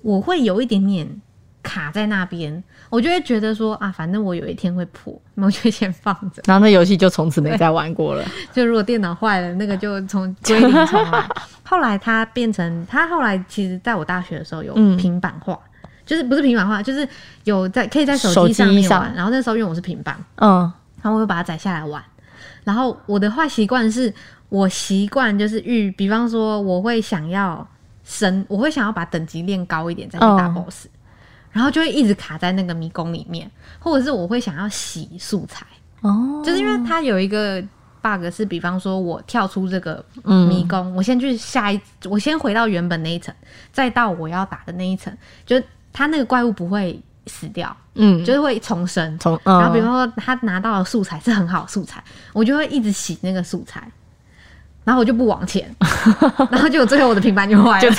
[SPEAKER 2] 我会有一点点卡在那边，我就会觉得说啊，反正我有一天会破，那我就先放着。
[SPEAKER 1] 然后那游戏就从此没再玩过了，
[SPEAKER 2] 就如果电脑坏了，那个就从归零重 来。后来它变成，它后来其实在我大学的时候有
[SPEAKER 1] 嗯
[SPEAKER 2] 平板化，就是不是平板化，就是有在可以在手
[SPEAKER 1] 手
[SPEAKER 2] 机
[SPEAKER 1] 机
[SPEAKER 2] 上面
[SPEAKER 1] 上
[SPEAKER 2] 玩。然后那时候因为我是平板，
[SPEAKER 1] 嗯，
[SPEAKER 2] 然后我会把它载下来玩。然后我的坏习惯是我习惯就是遇，比方说我会想要升，我会想要把等级练高一点再去打
[SPEAKER 1] 嗯
[SPEAKER 2] BOSS，、然后就会一直卡在那个迷宫里面，或者是我会想要洗素材，
[SPEAKER 1] 哦，
[SPEAKER 2] 就是因为它有一个 bug 是，比方说我跳出这个
[SPEAKER 1] 嗯
[SPEAKER 2] 迷宫，我先去下一，我先回到原本那一层，再到我要打的那一层，就是它那个怪物不会死掉，
[SPEAKER 1] 嗯，
[SPEAKER 2] 就是会重生。
[SPEAKER 1] 从
[SPEAKER 2] 然后，比
[SPEAKER 1] 嗯，
[SPEAKER 2] 方说他拿到的素材是很好的素材，我就会一直洗那个素材，然后我就不往 前，然后结果最后我的平板就坏了，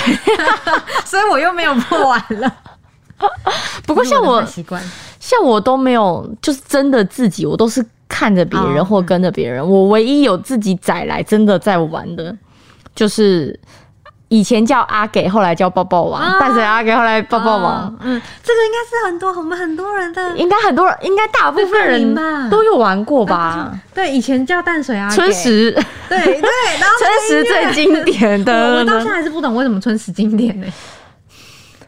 [SPEAKER 2] 所以我又没有破完了。
[SPEAKER 1] 不过像
[SPEAKER 2] 这是
[SPEAKER 1] 我
[SPEAKER 2] 的坏习惯，
[SPEAKER 1] 像我都没有，就是真的自己，我都是看着别
[SPEAKER 2] 哦
[SPEAKER 1] 人或跟着别人。我唯一有自己载来真的在玩的，就是以前叫阿给，后来叫抱抱王，
[SPEAKER 2] 啊
[SPEAKER 1] 带着阿给，后来抱嗯抱王。
[SPEAKER 2] 哦嗯，这个应该是很多我们很多人的
[SPEAKER 1] 应该很多人，应该大部分
[SPEAKER 2] 对范
[SPEAKER 1] 人
[SPEAKER 2] 宁吧
[SPEAKER 1] 都有玩过
[SPEAKER 2] 啊
[SPEAKER 1] 吧？
[SPEAKER 2] 对，以前叫淡水啊，
[SPEAKER 1] 春
[SPEAKER 2] 给，
[SPEAKER 1] 实，
[SPEAKER 2] 对对，然后
[SPEAKER 1] 春实最经典
[SPEAKER 2] 我
[SPEAKER 1] 的
[SPEAKER 2] 我到，现在还是不懂为什么春实经典呢、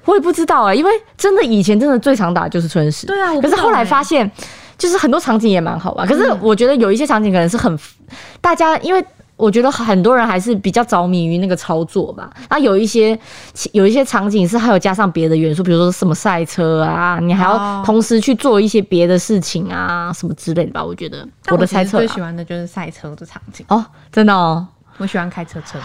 [SPEAKER 1] 我也不知道哎、因为真的以前真的最常打的就是春实。
[SPEAKER 2] 对啊，我不
[SPEAKER 1] 可
[SPEAKER 2] 懂
[SPEAKER 1] 是后来发
[SPEAKER 2] 欸嗯
[SPEAKER 1] 现，就是很多场景也蛮好玩。可是我觉得有一些场景可能是很，大家因为我觉得很多人还是比较着迷于那个操作吧。那有一些有一些场景是还有加上别的元素，比如说什么赛车啊，你还
[SPEAKER 2] 哦
[SPEAKER 1] 要同时去做一些别的事情啊，什么之类的吧。我觉得我
[SPEAKER 2] 但我
[SPEAKER 1] 的
[SPEAKER 2] 其
[SPEAKER 1] 猜
[SPEAKER 2] 实
[SPEAKER 1] 测啊
[SPEAKER 2] 最
[SPEAKER 1] 啦
[SPEAKER 2] 喜欢的就是赛车的场景，
[SPEAKER 1] 哦，真的哦。
[SPEAKER 2] 我喜欢开车车。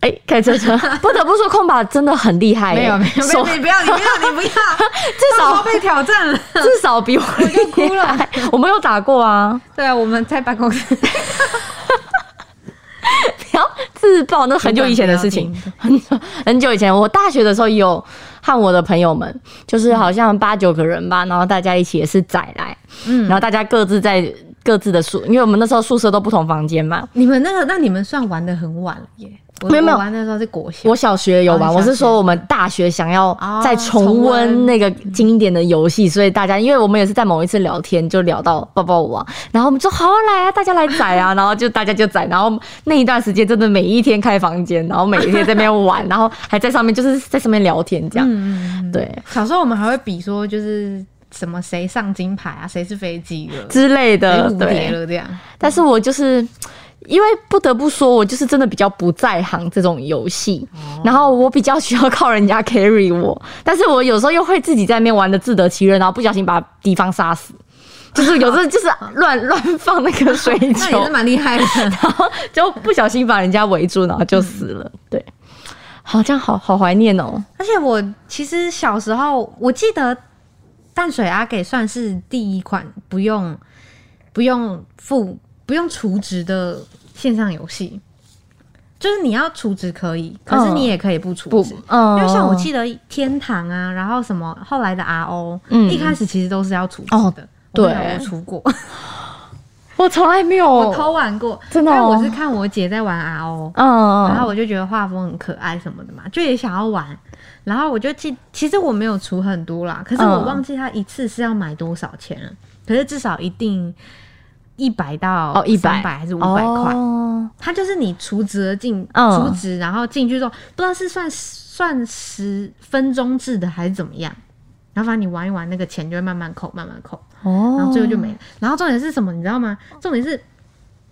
[SPEAKER 1] 哎、开车 车，不得不说，空吧真的很厉害耶、欸
[SPEAKER 2] 没有没有没
[SPEAKER 1] 手
[SPEAKER 2] 有，你不要你不要你不要，
[SPEAKER 1] 哎 至
[SPEAKER 2] 到时候
[SPEAKER 1] 少
[SPEAKER 2] 被挑战了。
[SPEAKER 1] 至少比我
[SPEAKER 2] 就哭了
[SPEAKER 1] 厉害。 我们有打过啊，
[SPEAKER 2] 对啊，我们在办公室
[SPEAKER 1] 不要自爆，那很久以前的事情。，很久很久以前，我大学的时候有和我的朋友们，就是好像八九个人吧，然后大家一起也是载来，
[SPEAKER 2] 嗯
[SPEAKER 1] 然后大家各自在各自的宿，因为我们那时候宿舍都不同房间嘛。
[SPEAKER 2] 你们那个那你们算玩的很晚了耶。我
[SPEAKER 1] 没有没有
[SPEAKER 2] 我玩的时候是国小，
[SPEAKER 1] 我小学有玩，
[SPEAKER 2] 哦你小
[SPEAKER 1] 我
[SPEAKER 2] 学
[SPEAKER 1] 是说我们大学想要
[SPEAKER 2] 哦
[SPEAKER 1] 再重
[SPEAKER 2] 重温
[SPEAKER 1] 温那个经典的游戏，所以大家因为我们也是在某一次聊天就聊到抱抱网，然后我们说好啊来啊，大家来载啊，然后就大家就载，然后那一段时间真的每一天开房间，然后每一天在那边玩，然后还在上面就是在上面聊天这样，
[SPEAKER 2] 嗯嗯嗯，
[SPEAKER 1] 对。
[SPEAKER 2] 小时候我们还会比说就是什么谁上金牌啊，谁是飞机了，
[SPEAKER 1] 之类
[SPEAKER 2] 谁
[SPEAKER 1] 的，
[SPEAKER 2] 蝴蝶
[SPEAKER 1] 对。
[SPEAKER 2] 了这样。
[SPEAKER 1] 但是我就是因为不得不说，我就是真的比较不在行这种游戏，
[SPEAKER 2] 哦
[SPEAKER 1] 然后我比较需要靠人家 carry 我，但是我有时候又会自己在那边玩的自得其乐，然后不小心把敌方杀死。就是有时候就是乱乱放那个水
[SPEAKER 2] 那也
[SPEAKER 1] 球
[SPEAKER 2] 是，蛮 厉害的。
[SPEAKER 1] 然后就不小心把人家围住，然后就死了。
[SPEAKER 2] 嗯
[SPEAKER 1] 对，好，这样好好怀念哦。
[SPEAKER 2] 而且我其实小时候，我记得淡水阿给算是第一款不用不用付不用储值的线上游戏，就是你要储值可以，可是
[SPEAKER 1] 嗯
[SPEAKER 2] 你也可以不储
[SPEAKER 1] 不
[SPEAKER 2] 值。，
[SPEAKER 1] 嗯
[SPEAKER 2] 因为像我记得天堂啊，然后什么后来的 RO，、
[SPEAKER 1] 嗯
[SPEAKER 2] 一开始其实都是要储值的。
[SPEAKER 1] 哦
[SPEAKER 2] 我没有
[SPEAKER 1] 对
[SPEAKER 2] 出过，
[SPEAKER 1] 我从来没有，
[SPEAKER 2] 我偷玩过，
[SPEAKER 1] 真的哦
[SPEAKER 2] 因为我是看我姐在玩 RO，
[SPEAKER 1] 嗯嗯，
[SPEAKER 2] 然后
[SPEAKER 1] 嗯
[SPEAKER 2] 我就觉得画风很可爱什么的嘛，就也想要玩。然后我就记，其实我没有除很多啦，可是我
[SPEAKER 1] 嗯
[SPEAKER 2] 忘记它一次是要买多少钱了。可是至少一定一百到
[SPEAKER 1] 哦100
[SPEAKER 2] 百还是五百块。
[SPEAKER 1] 哦
[SPEAKER 2] 它就是你除值的进
[SPEAKER 1] 嗯
[SPEAKER 2] 除值，然后进去之后，不知道是算算十分钟制的还是怎么样。然后反正你玩一玩，那个钱就会慢慢扣，慢慢扣。
[SPEAKER 1] 哦，
[SPEAKER 2] 然后最后就没了。然后重点是什么，你知道吗？重点是，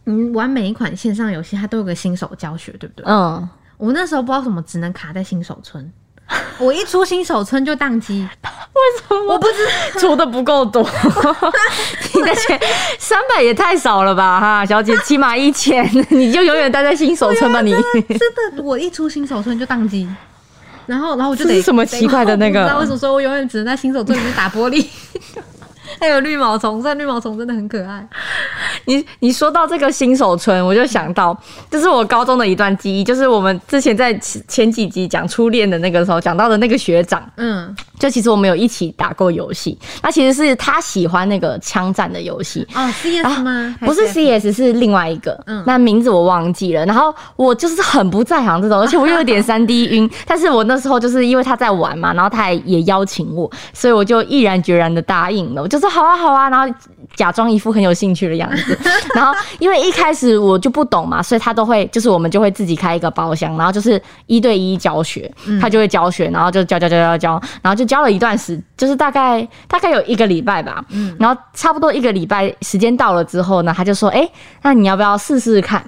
[SPEAKER 2] 你玩每一款线上游戏，它都有个新手教学，对不对？
[SPEAKER 1] 嗯，
[SPEAKER 2] 我那时候不知道什么，只能卡在新手村。我一出新手村就宕机，
[SPEAKER 1] 为什么
[SPEAKER 2] 我不知
[SPEAKER 1] 出的不够 多？你的钱三百也太少了吧，哈，小姐，起码一千， 你就永远待在新手村吧，你。
[SPEAKER 2] 啊真的，我一出新手村就宕机。然后，然后我就
[SPEAKER 1] 这
[SPEAKER 2] 得
[SPEAKER 1] 是什么奇怪的那个
[SPEAKER 2] 我不知道为什么说我永远只能在新手村里面打玻璃。 还有绿毛虫，但绿毛虫真的很可爱。
[SPEAKER 1] 你你说到这个新手村，我就想到，这是我高中的一段记忆，就是我们之前在前前几集讲初恋的那个时候讲到的那个学长，
[SPEAKER 2] 嗯，
[SPEAKER 1] 就其实我们有一起打过游戏，那其实是他喜欢那个枪战的游戏，
[SPEAKER 2] 哦，CS 吗？
[SPEAKER 1] 啊不是
[SPEAKER 2] 还
[SPEAKER 1] CS 是另外一个，
[SPEAKER 2] 嗯
[SPEAKER 1] 那名字我忘记了。然后我就是很不在行这 种，而且我又有点三 D 晕。但是我那时候就是因为他在玩嘛，然后他也邀请我，所以我就毅然决然的答应了，我就说好啊好啊，然后假装一副很有兴趣的样子。 然后因为一开始我就不懂嘛，所以他都会就是我们就会自己开一个包厢，然后就是一对一教学，他就会教学，然后就教教教教教，然后就教了一段时，就是大概大概有一个礼拜吧，
[SPEAKER 2] 嗯
[SPEAKER 1] 然后差不多一个礼拜时间到了之后呢，他就说：“哎、那你要不要试试看？”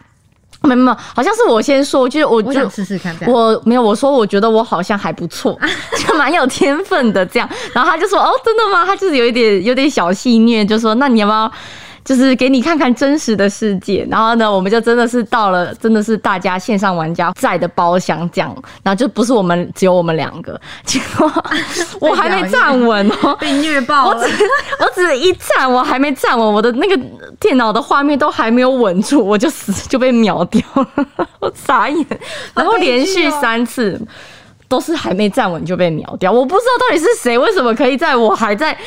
[SPEAKER 1] 没有没有，好像是我先说，就是我
[SPEAKER 2] 我
[SPEAKER 1] 就
[SPEAKER 2] 想试试看，这样啊
[SPEAKER 1] 我没有我说，我觉得我好像还不错， 就蛮有天分的这样。然后他就说：“哦，真的吗？”他就是有一点有点小戏虐，就说：“那你要不要？”就是给你看看真实的世界，然后呢，我们就真的是到了，真的是大家线上玩家在的包厢这样，然后就不是我们只有我们两个，结果我还没站稳哦，
[SPEAKER 2] 被虐爆了。
[SPEAKER 1] 我只 一站，我还没站稳，我的那个电脑的画面都还没有稳住，我就死就被秒掉了，我傻眼。然后连续三次都是还没站稳就被秒掉，我不知道到底是谁，为什么可以在我还在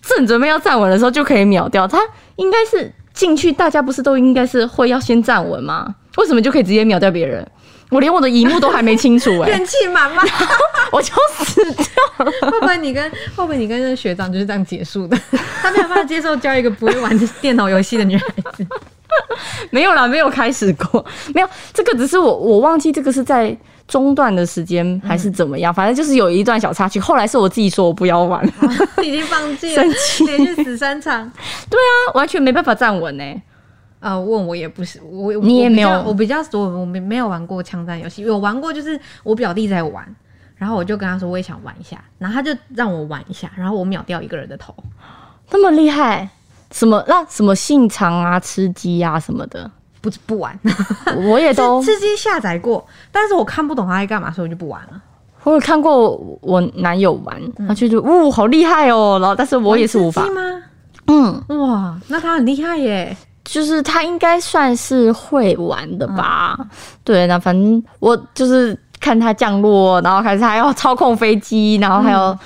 [SPEAKER 1] 正准备要站稳的时候就可以秒掉？他应该是进去，大家不是都应该是会要先站稳吗？为什么就可以直接秒掉别人？我连我的荧幕都还没清楚哎、
[SPEAKER 2] 怨气满满，
[SPEAKER 1] 我就死掉了。
[SPEAKER 2] 会不会你跟会不会你跟那个学长就是这样结束的？ 他没有办法接受教一个不会玩电脑游戏的女孩子。
[SPEAKER 1] 没有啦，没有开始过，没有这个只是我我忘记这个是在中段的时间还是怎么样，反正就是有一段小插曲。后来是我自己说我不要 玩，对
[SPEAKER 2] 已经放弃了
[SPEAKER 1] 生气，
[SPEAKER 2] 连续死三场。
[SPEAKER 1] 啊，完全没办法站稳呢、欸
[SPEAKER 2] 啊，问我也不是，我
[SPEAKER 1] 你也没有
[SPEAKER 2] 我比较我比较我我没没有玩过枪战游戏，有玩过就是我表弟在玩，然后我就跟他说我也想玩一下，然后他就让我玩一下，然后我秒掉一个人的头，
[SPEAKER 1] 那么厉害，什么那什么信长啊、吃鸡啊什么的，
[SPEAKER 2] 不不玩，
[SPEAKER 1] 我 也 都
[SPEAKER 2] 吃吃鸡下载过，但是我看不懂他在干嘛，所以我就不玩了。
[SPEAKER 1] 我有看过我男友玩，他就觉得呜好厉害哦，然后但是我也是无法
[SPEAKER 2] 玩，吃鸡吗？
[SPEAKER 1] 嗯，
[SPEAKER 2] 哇，那他很厉害耶！
[SPEAKER 1] 就是他应该算是会玩的吧？
[SPEAKER 2] 嗯
[SPEAKER 1] 对，那反正我就是看他降落，然后开始还要操控飞机，然后还有
[SPEAKER 2] 嗯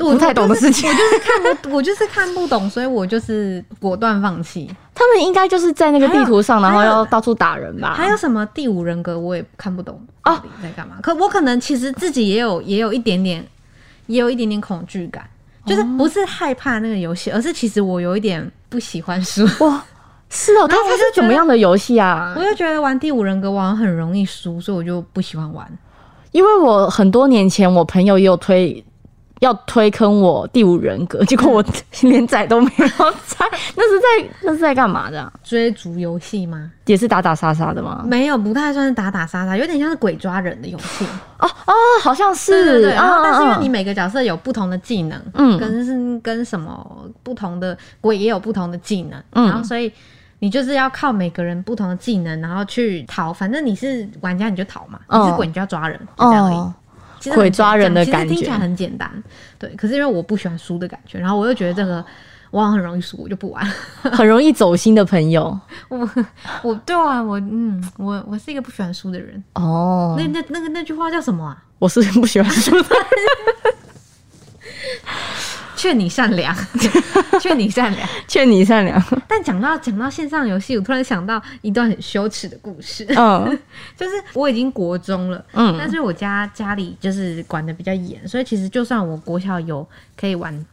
[SPEAKER 2] 我
[SPEAKER 1] 不太懂的事情。
[SPEAKER 2] 看不，我就是看不懂，所以我就是果断放弃。
[SPEAKER 1] 他们应该就是在那个地图上，
[SPEAKER 2] 还
[SPEAKER 1] 然
[SPEAKER 2] 有
[SPEAKER 1] 后要到处打人吧？
[SPEAKER 2] 还有什么第五人格，我也看不懂
[SPEAKER 1] 啊哦
[SPEAKER 2] 到底在干嘛。可我可能其实自己也有也有一点点，也有一点点恐惧感，就是不是害怕那个游戏，而是其实我有一点不喜欢输。
[SPEAKER 1] 哇，是哦，
[SPEAKER 2] 然
[SPEAKER 1] 它
[SPEAKER 2] 后我
[SPEAKER 1] 它
[SPEAKER 2] 就是觉得
[SPEAKER 1] 怎么样的游戏啊
[SPEAKER 2] 我？就觉得玩第五人格我好像很容易输，所以我就不喜欢玩。
[SPEAKER 1] 因为我很多年前我朋友也有推。要推坑我第五人
[SPEAKER 2] 嗯
[SPEAKER 1] 格，结果我连载都没有载， 那是在那是在干嘛的啊、
[SPEAKER 2] 追逐游戏吗？
[SPEAKER 1] 也是打打杀杀的吗？
[SPEAKER 2] 没有，不太算是打打杀杀，有点像是鬼抓人的游戏。
[SPEAKER 1] 哦哦，好像是，
[SPEAKER 2] 对对对。然后，但是因为
[SPEAKER 1] 嗯
[SPEAKER 2] 你
[SPEAKER 1] 嗯嗯
[SPEAKER 2] 每个角色有不同的技能，
[SPEAKER 1] 嗯
[SPEAKER 2] 跟是跟什么不同的鬼也有不同的技能，
[SPEAKER 1] 嗯
[SPEAKER 2] 然后所以。你就是要靠每个人不同的技能，然后去逃。反正你是玩家，你就逃嘛；
[SPEAKER 1] 哦
[SPEAKER 2] 你是鬼，你就要抓人，就这样而已。
[SPEAKER 1] 哦
[SPEAKER 2] 其实很
[SPEAKER 1] 鬼抓人的
[SPEAKER 2] 简单
[SPEAKER 1] 感
[SPEAKER 2] 其实听
[SPEAKER 1] 觉
[SPEAKER 2] 起来很简单，对。可是因为我不喜欢输的感觉，然后我又觉得这个我好像很容易输，我就不 玩。
[SPEAKER 1] 很容易走心的朋友
[SPEAKER 2] 我我对啊，我嗯，我我是一个不喜欢输的人。
[SPEAKER 1] 哦
[SPEAKER 2] 那，那那个那句话叫什么啊？
[SPEAKER 1] 我是不喜欢输的，
[SPEAKER 2] 劝你善 良，劝你善良。
[SPEAKER 1] 劝你善 良。
[SPEAKER 2] 但讲到讲到线上游戏，我突然想到一段很羞耻的故事，
[SPEAKER 1] 嗯
[SPEAKER 2] 就是我已经国中了，但
[SPEAKER 1] 嗯
[SPEAKER 2] 是我家家里就是管的比较严，所以其实就算我国小有可以玩，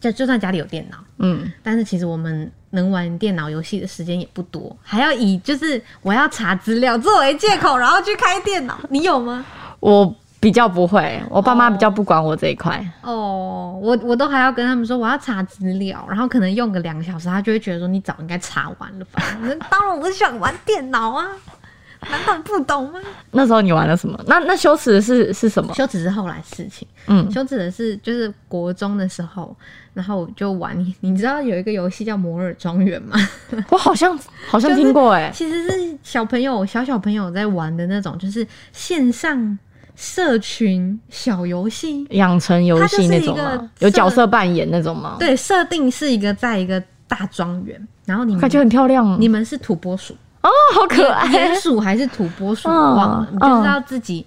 [SPEAKER 2] 就就算家里有电脑，
[SPEAKER 1] 嗯，
[SPEAKER 2] 但是其实我们能玩电脑游戏的时间也不多，还要以就是我要查资料作为借口，然后去开电脑。你有吗？
[SPEAKER 1] 我比较不会，我爸妈
[SPEAKER 2] 哦
[SPEAKER 1] 比较不管我这一块。
[SPEAKER 2] 哦，我我都还要跟他们说我要查资料，然后可能用个两个小时，他就会觉得说你早应该查完了吧？当然我想玩电脑啊，难道你不懂 吗？
[SPEAKER 1] 那时候你玩了什么？那那羞耻的是是什么？
[SPEAKER 2] 羞耻是后来事情，
[SPEAKER 1] 嗯，
[SPEAKER 2] 羞耻的是就是国中的时候，然后我就玩 你你知道有一个游戏叫《摩尔庄园》吗？
[SPEAKER 1] 我好像好像听过哎、
[SPEAKER 2] 其实是小朋友小小朋友在玩的那种，就是线上社群小游戏。
[SPEAKER 1] 养成游戏那种
[SPEAKER 2] 它就是
[SPEAKER 1] 吗
[SPEAKER 2] 一个？
[SPEAKER 1] 有角色扮演那种吗？，
[SPEAKER 2] 对，设定是一个在一个大庄园，然后你
[SPEAKER 1] 感
[SPEAKER 2] 们
[SPEAKER 1] 觉很漂亮哦，
[SPEAKER 2] 你们是土拨鼠。
[SPEAKER 1] 哦好可爱
[SPEAKER 2] 鼹。鼠还是土拨鼠，
[SPEAKER 1] 嗯
[SPEAKER 2] 我忘了。你就是
[SPEAKER 1] 嗯
[SPEAKER 2] 要自己，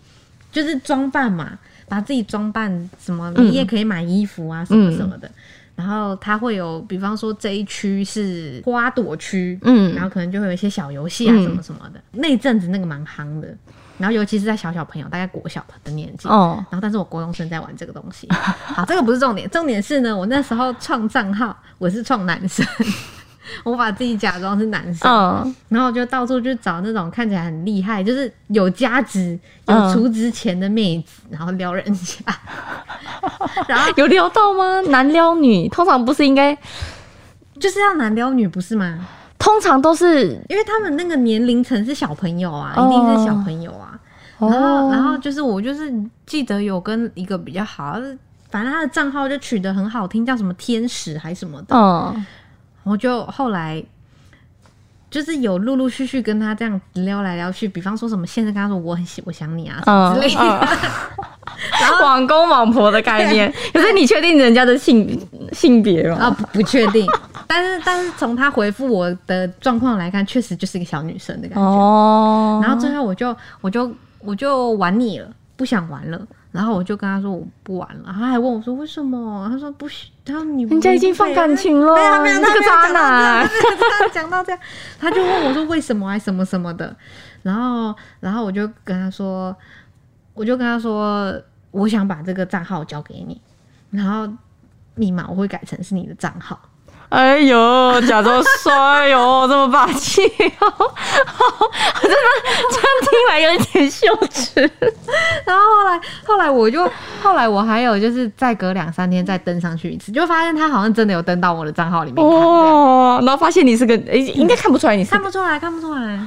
[SPEAKER 2] 就是装扮嘛，把自己装扮什么，
[SPEAKER 1] 嗯
[SPEAKER 2] 你也可以买衣服啊，什么什么的。然后它会有，比方说这一区是花朵区，
[SPEAKER 1] 嗯
[SPEAKER 2] 然后可能就会有一些小游戏啊，
[SPEAKER 1] 嗯
[SPEAKER 2] 什么什么的。那一阵子那个蛮夯的，然后尤其是在小小朋友，大概国小的年纪。
[SPEAKER 1] 哦，
[SPEAKER 2] 然后，但是我国中生在玩这个东西， 好，这个不是重点，重点是呢，我那时候创账号，我是创男生， 我把自己假装是男生，
[SPEAKER 1] 嗯
[SPEAKER 2] 然后我就到处去找那种看起来很厉害，就是有价值、
[SPEAKER 1] 嗯
[SPEAKER 2] 有储值钱的妹子，然后撩人家。 然后
[SPEAKER 1] 有撩到吗？男撩女通常不是应该，
[SPEAKER 2] 就是要男撩女，不是吗？
[SPEAKER 1] 通常都是
[SPEAKER 2] 因为他们那个年龄层是小朋友啊，
[SPEAKER 1] 哦
[SPEAKER 2] 一定是小朋友啊。
[SPEAKER 1] 哦
[SPEAKER 2] 然后，然后就是我就是记得有跟一个比较好，反正他的账号就取得很好听，叫什么天使还是什么的。
[SPEAKER 1] 嗯
[SPEAKER 2] 我就后来就是有陆陆续续跟他这样撩来撩去，比方说什么现在跟他说我很喜我想你啊什
[SPEAKER 1] 嗯
[SPEAKER 2] 么之类的，
[SPEAKER 1] 嗯，网公网婆的概 念。可是你确定人家的性性别吗？
[SPEAKER 2] 啊，不不确定，但是但是从他回复我的状况来看，确实就是一个小女生的感觉。
[SPEAKER 1] 哦，
[SPEAKER 2] 然后最后我就我就我就玩腻了，不想玩了。然后我就跟他说我不玩了，然后他还问我说为什么？他说不许，他说你
[SPEAKER 1] 人家已经放感情了
[SPEAKER 2] 没有没有，
[SPEAKER 1] 你这个渣男
[SPEAKER 2] 他没有他没有讲到这样，他没有他没有讲到这样，他就问我说为什么哎还什么什么的，然后然后我就跟他说，我就跟他说我想把这个账号交给你，然后密码我会改成是你的账号，
[SPEAKER 1] 哎呦，假装说，哎 呦，这么霸气哦！ 我真的这样听来有点羞 耻。
[SPEAKER 2] 然后后来后来我就后来我还有就是再隔两三天再登上去一次，就发现他好像真的有登到我的账号里面看，这样
[SPEAKER 1] 哦，然后发现你是个，诶应该看不出来你是
[SPEAKER 2] 看，不出来，看不出来，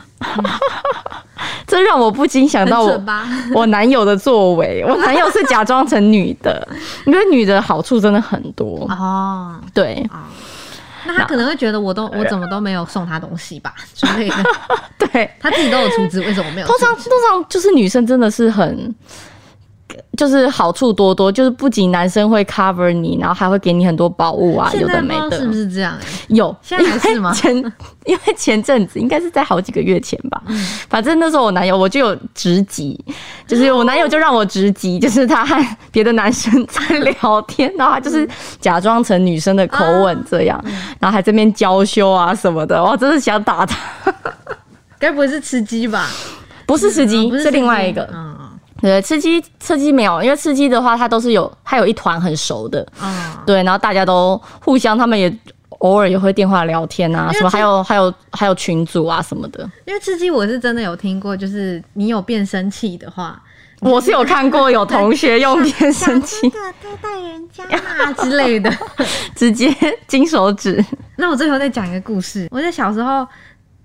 [SPEAKER 1] 这让我不禁想
[SPEAKER 2] 很
[SPEAKER 1] 到我
[SPEAKER 2] 蠢吧？
[SPEAKER 1] 我男友的作为，我男友是假装成女的， 因为女的好处真的很多。
[SPEAKER 2] 哦
[SPEAKER 1] 对
[SPEAKER 2] 哦，那他可能会觉得我都
[SPEAKER 1] 哎
[SPEAKER 2] 我怎么都没有送他东西吧之类的，
[SPEAKER 1] 对，
[SPEAKER 2] 他自己都有出资，为什么没有出
[SPEAKER 1] 通
[SPEAKER 2] 资？
[SPEAKER 1] 常通常就是女生真的是很。就是好处多多，就是不仅男生会 cover 你，然后还会给你很多宝物啊，有
[SPEAKER 2] 现在
[SPEAKER 1] 的
[SPEAKER 2] 不
[SPEAKER 1] 没
[SPEAKER 2] 知道
[SPEAKER 1] 的。
[SPEAKER 2] 是不是这样、欸？
[SPEAKER 1] 有，
[SPEAKER 2] 现在还是吗
[SPEAKER 1] 因为前 因为前阵子应该是在好几个月前吧，
[SPEAKER 2] 嗯
[SPEAKER 1] 反正那时候我男友我就有直击，就是我男友就让我直击，就是他和别的男生在聊天，然后他
[SPEAKER 2] 嗯
[SPEAKER 1] 就是假装成女生的口吻这样，然后还这边娇羞啊什么的，我真的想打他。
[SPEAKER 2] 该不会是吃鸡吧？
[SPEAKER 1] 不是吃鸡，
[SPEAKER 2] 哦不
[SPEAKER 1] 是
[SPEAKER 2] 吃
[SPEAKER 1] 另外
[SPEAKER 2] 鸡
[SPEAKER 1] 一个。
[SPEAKER 2] 嗯
[SPEAKER 1] 对，吃鸡吃鸡没有，因为吃鸡的话，它都是有，它有一团很熟的，
[SPEAKER 2] 嗯，
[SPEAKER 1] 对，然后大家都互相，他们也偶尔也会电话聊天啊，
[SPEAKER 2] 因为
[SPEAKER 1] 什么
[SPEAKER 2] 这
[SPEAKER 1] 还有还有还有群组啊什么的。
[SPEAKER 2] 因为吃鸡我是真的有听过，就是你有变声器的话，
[SPEAKER 1] 我是有看过有同学用变声 器
[SPEAKER 2] 的对待人家 嘛之类的。
[SPEAKER 1] 直接金手指，
[SPEAKER 2] 那我最后再讲一个故事。我在小时候，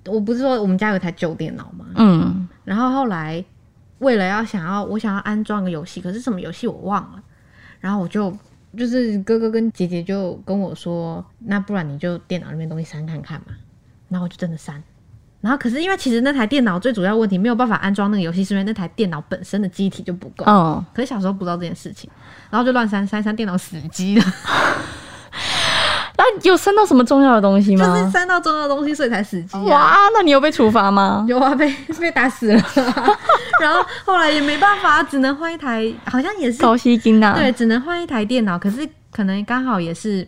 [SPEAKER 2] 我不是说我们家有台旧电脑吗？
[SPEAKER 1] 嗯，
[SPEAKER 2] 然后后来为了要想要我想要安装个游戏，可是什么游戏我忘了，然后我就就是哥哥跟姐姐就跟我说，那不然你就电脑里面东西删看看嘛，然后我就真的删。然后可是因为其实那台电脑最主要问题没有办法安装那个游戏，是因为那台电脑本身的机体就不够。
[SPEAKER 1] 哦，
[SPEAKER 2] 可是小时候不知道这件事情，然后就乱删删删，电脑死机了，
[SPEAKER 1] 那有删到什么重要的东西吗？
[SPEAKER 2] 就是删到重要的东西，所以才死机、啊。
[SPEAKER 1] 哇，那你有被处罚 吗？
[SPEAKER 2] 有啊，被被打死了， 然后后来也没办法，只能换一台，好像也是
[SPEAKER 1] 高希金啊呐，
[SPEAKER 2] 对，，只能换一台电脑。可是可能刚好也是，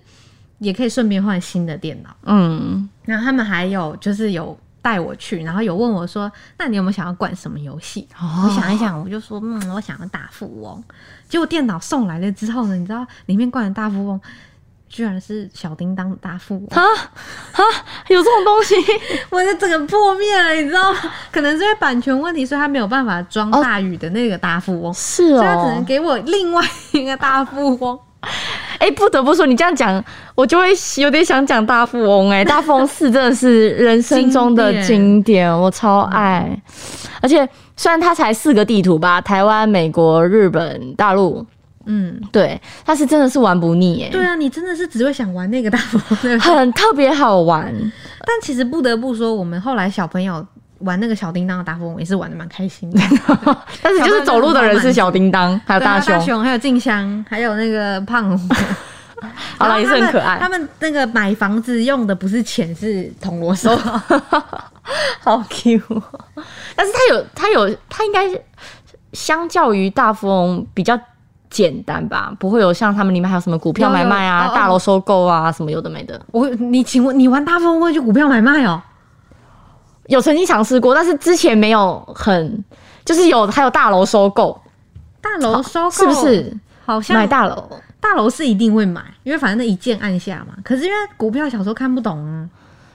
[SPEAKER 2] 也可以顺便换新的电脑。
[SPEAKER 1] 嗯，
[SPEAKER 2] 然后他们还有就是有带我去，然后有问我说：“那你有没有想要管什么游戏？”我想一想，我就说：“嗯，我想要大富翁。”结果电脑送来了之后呢，你知道里面灌的大富翁。居然是小叮当的大富翁，
[SPEAKER 1] 啊啊，有这种东 西
[SPEAKER 2] 我就整个破灭了，你知道吗？可能是因为版权问题，所以他没有办法装
[SPEAKER 1] 哦
[SPEAKER 2] 大宇的那个大富翁，
[SPEAKER 1] 是
[SPEAKER 2] 所以他只能
[SPEAKER 1] 哦，
[SPEAKER 2] 给我另外一个大富翁。
[SPEAKER 1] 哎、不得不说，你这样讲，我就会有点想讲大富翁、哎，大富翁四真的是人生中的
[SPEAKER 2] 经典
[SPEAKER 1] 经典，我超爱，而且虽然它才四个地图吧，台湾、美国、日本、大陆，
[SPEAKER 2] 嗯，
[SPEAKER 1] 对，但是真的是玩不腻、哎，
[SPEAKER 2] 对啊，你真的是只会想玩那个大富翁，对不对？
[SPEAKER 1] 很特别好玩，
[SPEAKER 2] 但其实不得不说，我们后来小朋友玩那个小叮当的大富翁也是玩的蛮开心的，
[SPEAKER 1] 但是就是走路的人是小叮当，还有
[SPEAKER 2] 对啊
[SPEAKER 1] 大
[SPEAKER 2] 大
[SPEAKER 1] 熊，
[SPEAKER 2] 熊，还有静香， 还有那个胖 虎，
[SPEAKER 1] 好了，也
[SPEAKER 2] 然
[SPEAKER 1] 是
[SPEAKER 2] 后他
[SPEAKER 1] 很
[SPEAKER 2] 们
[SPEAKER 1] 可爱
[SPEAKER 2] 他。们那个买房子用的不是钱，是铜锣 烧。
[SPEAKER 1] 好 Q，但是它有它有它应该是相较于大富翁比较简单吧，不会有像他们里面还有什么股票
[SPEAKER 2] 有
[SPEAKER 1] 买
[SPEAKER 2] 有
[SPEAKER 1] 卖啊、
[SPEAKER 2] 哦哦
[SPEAKER 1] 大楼收购啊什么有的没的。
[SPEAKER 2] 我，你请问你玩大富翁会去股票买卖哦？
[SPEAKER 1] 有曾经尝试过，但是之前没有很，就是有还有大楼收购，
[SPEAKER 2] 大楼收购
[SPEAKER 1] 是不？是
[SPEAKER 2] 好像
[SPEAKER 1] 买大楼？
[SPEAKER 2] 大楼是一定会买，因为反正那一键按下嘛。可是因为股票小时候看不懂啊，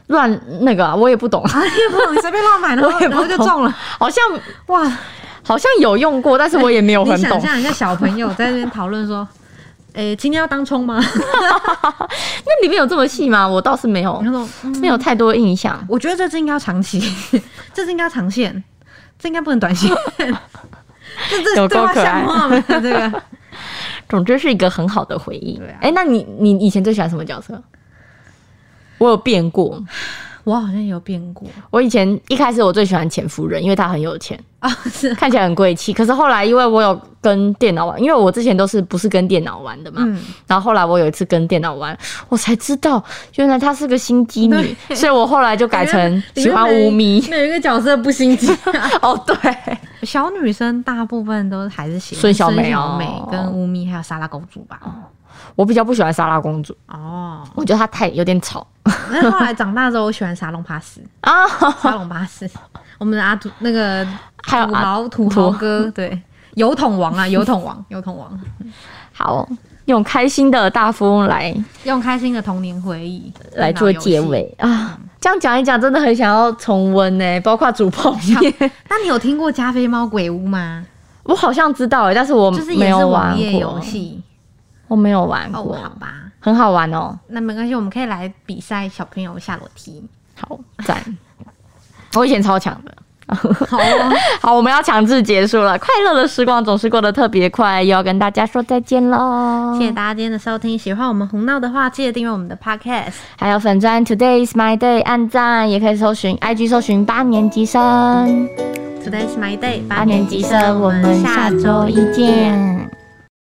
[SPEAKER 1] 乱那个、啊、我也不懂，
[SPEAKER 2] 啊也不懂，你随便乱买，然 后
[SPEAKER 1] 我也不
[SPEAKER 2] 然后就
[SPEAKER 1] 懂
[SPEAKER 2] 中了，
[SPEAKER 1] 好像
[SPEAKER 2] 哇！
[SPEAKER 1] 好像有用过，但是我也没有
[SPEAKER 2] 你
[SPEAKER 1] 很
[SPEAKER 2] 想
[SPEAKER 1] 懂。
[SPEAKER 2] 象一下小朋友在那边讨论说：“ 诶、今天要当冲吗
[SPEAKER 1] 那里面有这么细吗？我倒是没？”有
[SPEAKER 2] 然，后说：“嗯，
[SPEAKER 1] 没有太多印象。
[SPEAKER 2] 我觉得这次应该要长期， 这次应该要长线，这应该不能短线。 这”这
[SPEAKER 1] 有
[SPEAKER 2] 这
[SPEAKER 1] 够
[SPEAKER 2] 对话
[SPEAKER 1] 可爱
[SPEAKER 2] 像话吗？这个
[SPEAKER 1] 总之是一个很好的回忆。
[SPEAKER 2] 对啊
[SPEAKER 1] 哎、那你你以前最喜欢什么角色？我有变过。
[SPEAKER 2] 我好像有变过
[SPEAKER 1] 我以前一开始我最喜欢钱夫人，因为她很有钱，
[SPEAKER 2] 啊、是
[SPEAKER 1] 看起来很贵气。可是后来因为我有跟电脑玩，因为我之前都是不是跟电脑玩的嘛。
[SPEAKER 2] 嗯，
[SPEAKER 1] 然后后来我有一次跟电脑玩，我才知道原来她是个心机女，
[SPEAKER 2] 对
[SPEAKER 1] 所以我后来就 改 成喜欢
[SPEAKER 2] 里面
[SPEAKER 1] 无咪。
[SPEAKER 2] 每每一个角色不心机、
[SPEAKER 1] 哦，对，
[SPEAKER 2] 小女生大部分都还是喜欢
[SPEAKER 1] 孙小
[SPEAKER 2] 美、
[SPEAKER 1] 美哦
[SPEAKER 2] 美跟乌咪还有莎拉公主吧。
[SPEAKER 1] 我比较不喜欢莎拉公主，
[SPEAKER 2] 哦，
[SPEAKER 1] 我觉得她太有点吵
[SPEAKER 2] 那后来长大之后，我喜欢沙龙帕 斯。
[SPEAKER 1] 啊。
[SPEAKER 2] 沙龙巴士，我们的阿土那个
[SPEAKER 1] 还有
[SPEAKER 2] 土
[SPEAKER 1] 阿
[SPEAKER 2] 豪土豪哥，对，油桶王啊，油桶王， 油桶王，
[SPEAKER 1] 好，用开心的大富翁来
[SPEAKER 2] 用开心的童年回忆
[SPEAKER 1] 来做结。尾啊。
[SPEAKER 2] 嗯
[SPEAKER 1] 这样讲一讲，真的很想要重温呢、包括煮泡 面。
[SPEAKER 2] 那你有听过加菲猫鬼屋吗？
[SPEAKER 1] 我好像知道、欸，但是我
[SPEAKER 2] 就是
[SPEAKER 1] 没
[SPEAKER 2] 也
[SPEAKER 1] 有
[SPEAKER 2] 是
[SPEAKER 1] 玩
[SPEAKER 2] 网页游
[SPEAKER 1] 过，
[SPEAKER 2] 戏
[SPEAKER 1] 我没有玩
[SPEAKER 2] 哦
[SPEAKER 1] 过，，
[SPEAKER 2] 好吧，
[SPEAKER 1] 很好玩哦。
[SPEAKER 2] 那没关系，我们可以来比赛小朋友下裸梯。
[SPEAKER 1] 好赞，我以前超强的。
[SPEAKER 2] 好、哦，
[SPEAKER 1] 好，我们要强制结束了。快乐的时光总是过得特别快，又要跟大家说再见喽。
[SPEAKER 2] 谢谢大家今天的收听，喜欢我们胡闹的话，记得订阅我们的 podcast。
[SPEAKER 1] 还有粉钻 Today is my day，按赞也可以搜寻 IG 搜寻八年级生，
[SPEAKER 2] Today is my day，
[SPEAKER 1] 八年级生，我们下周一见。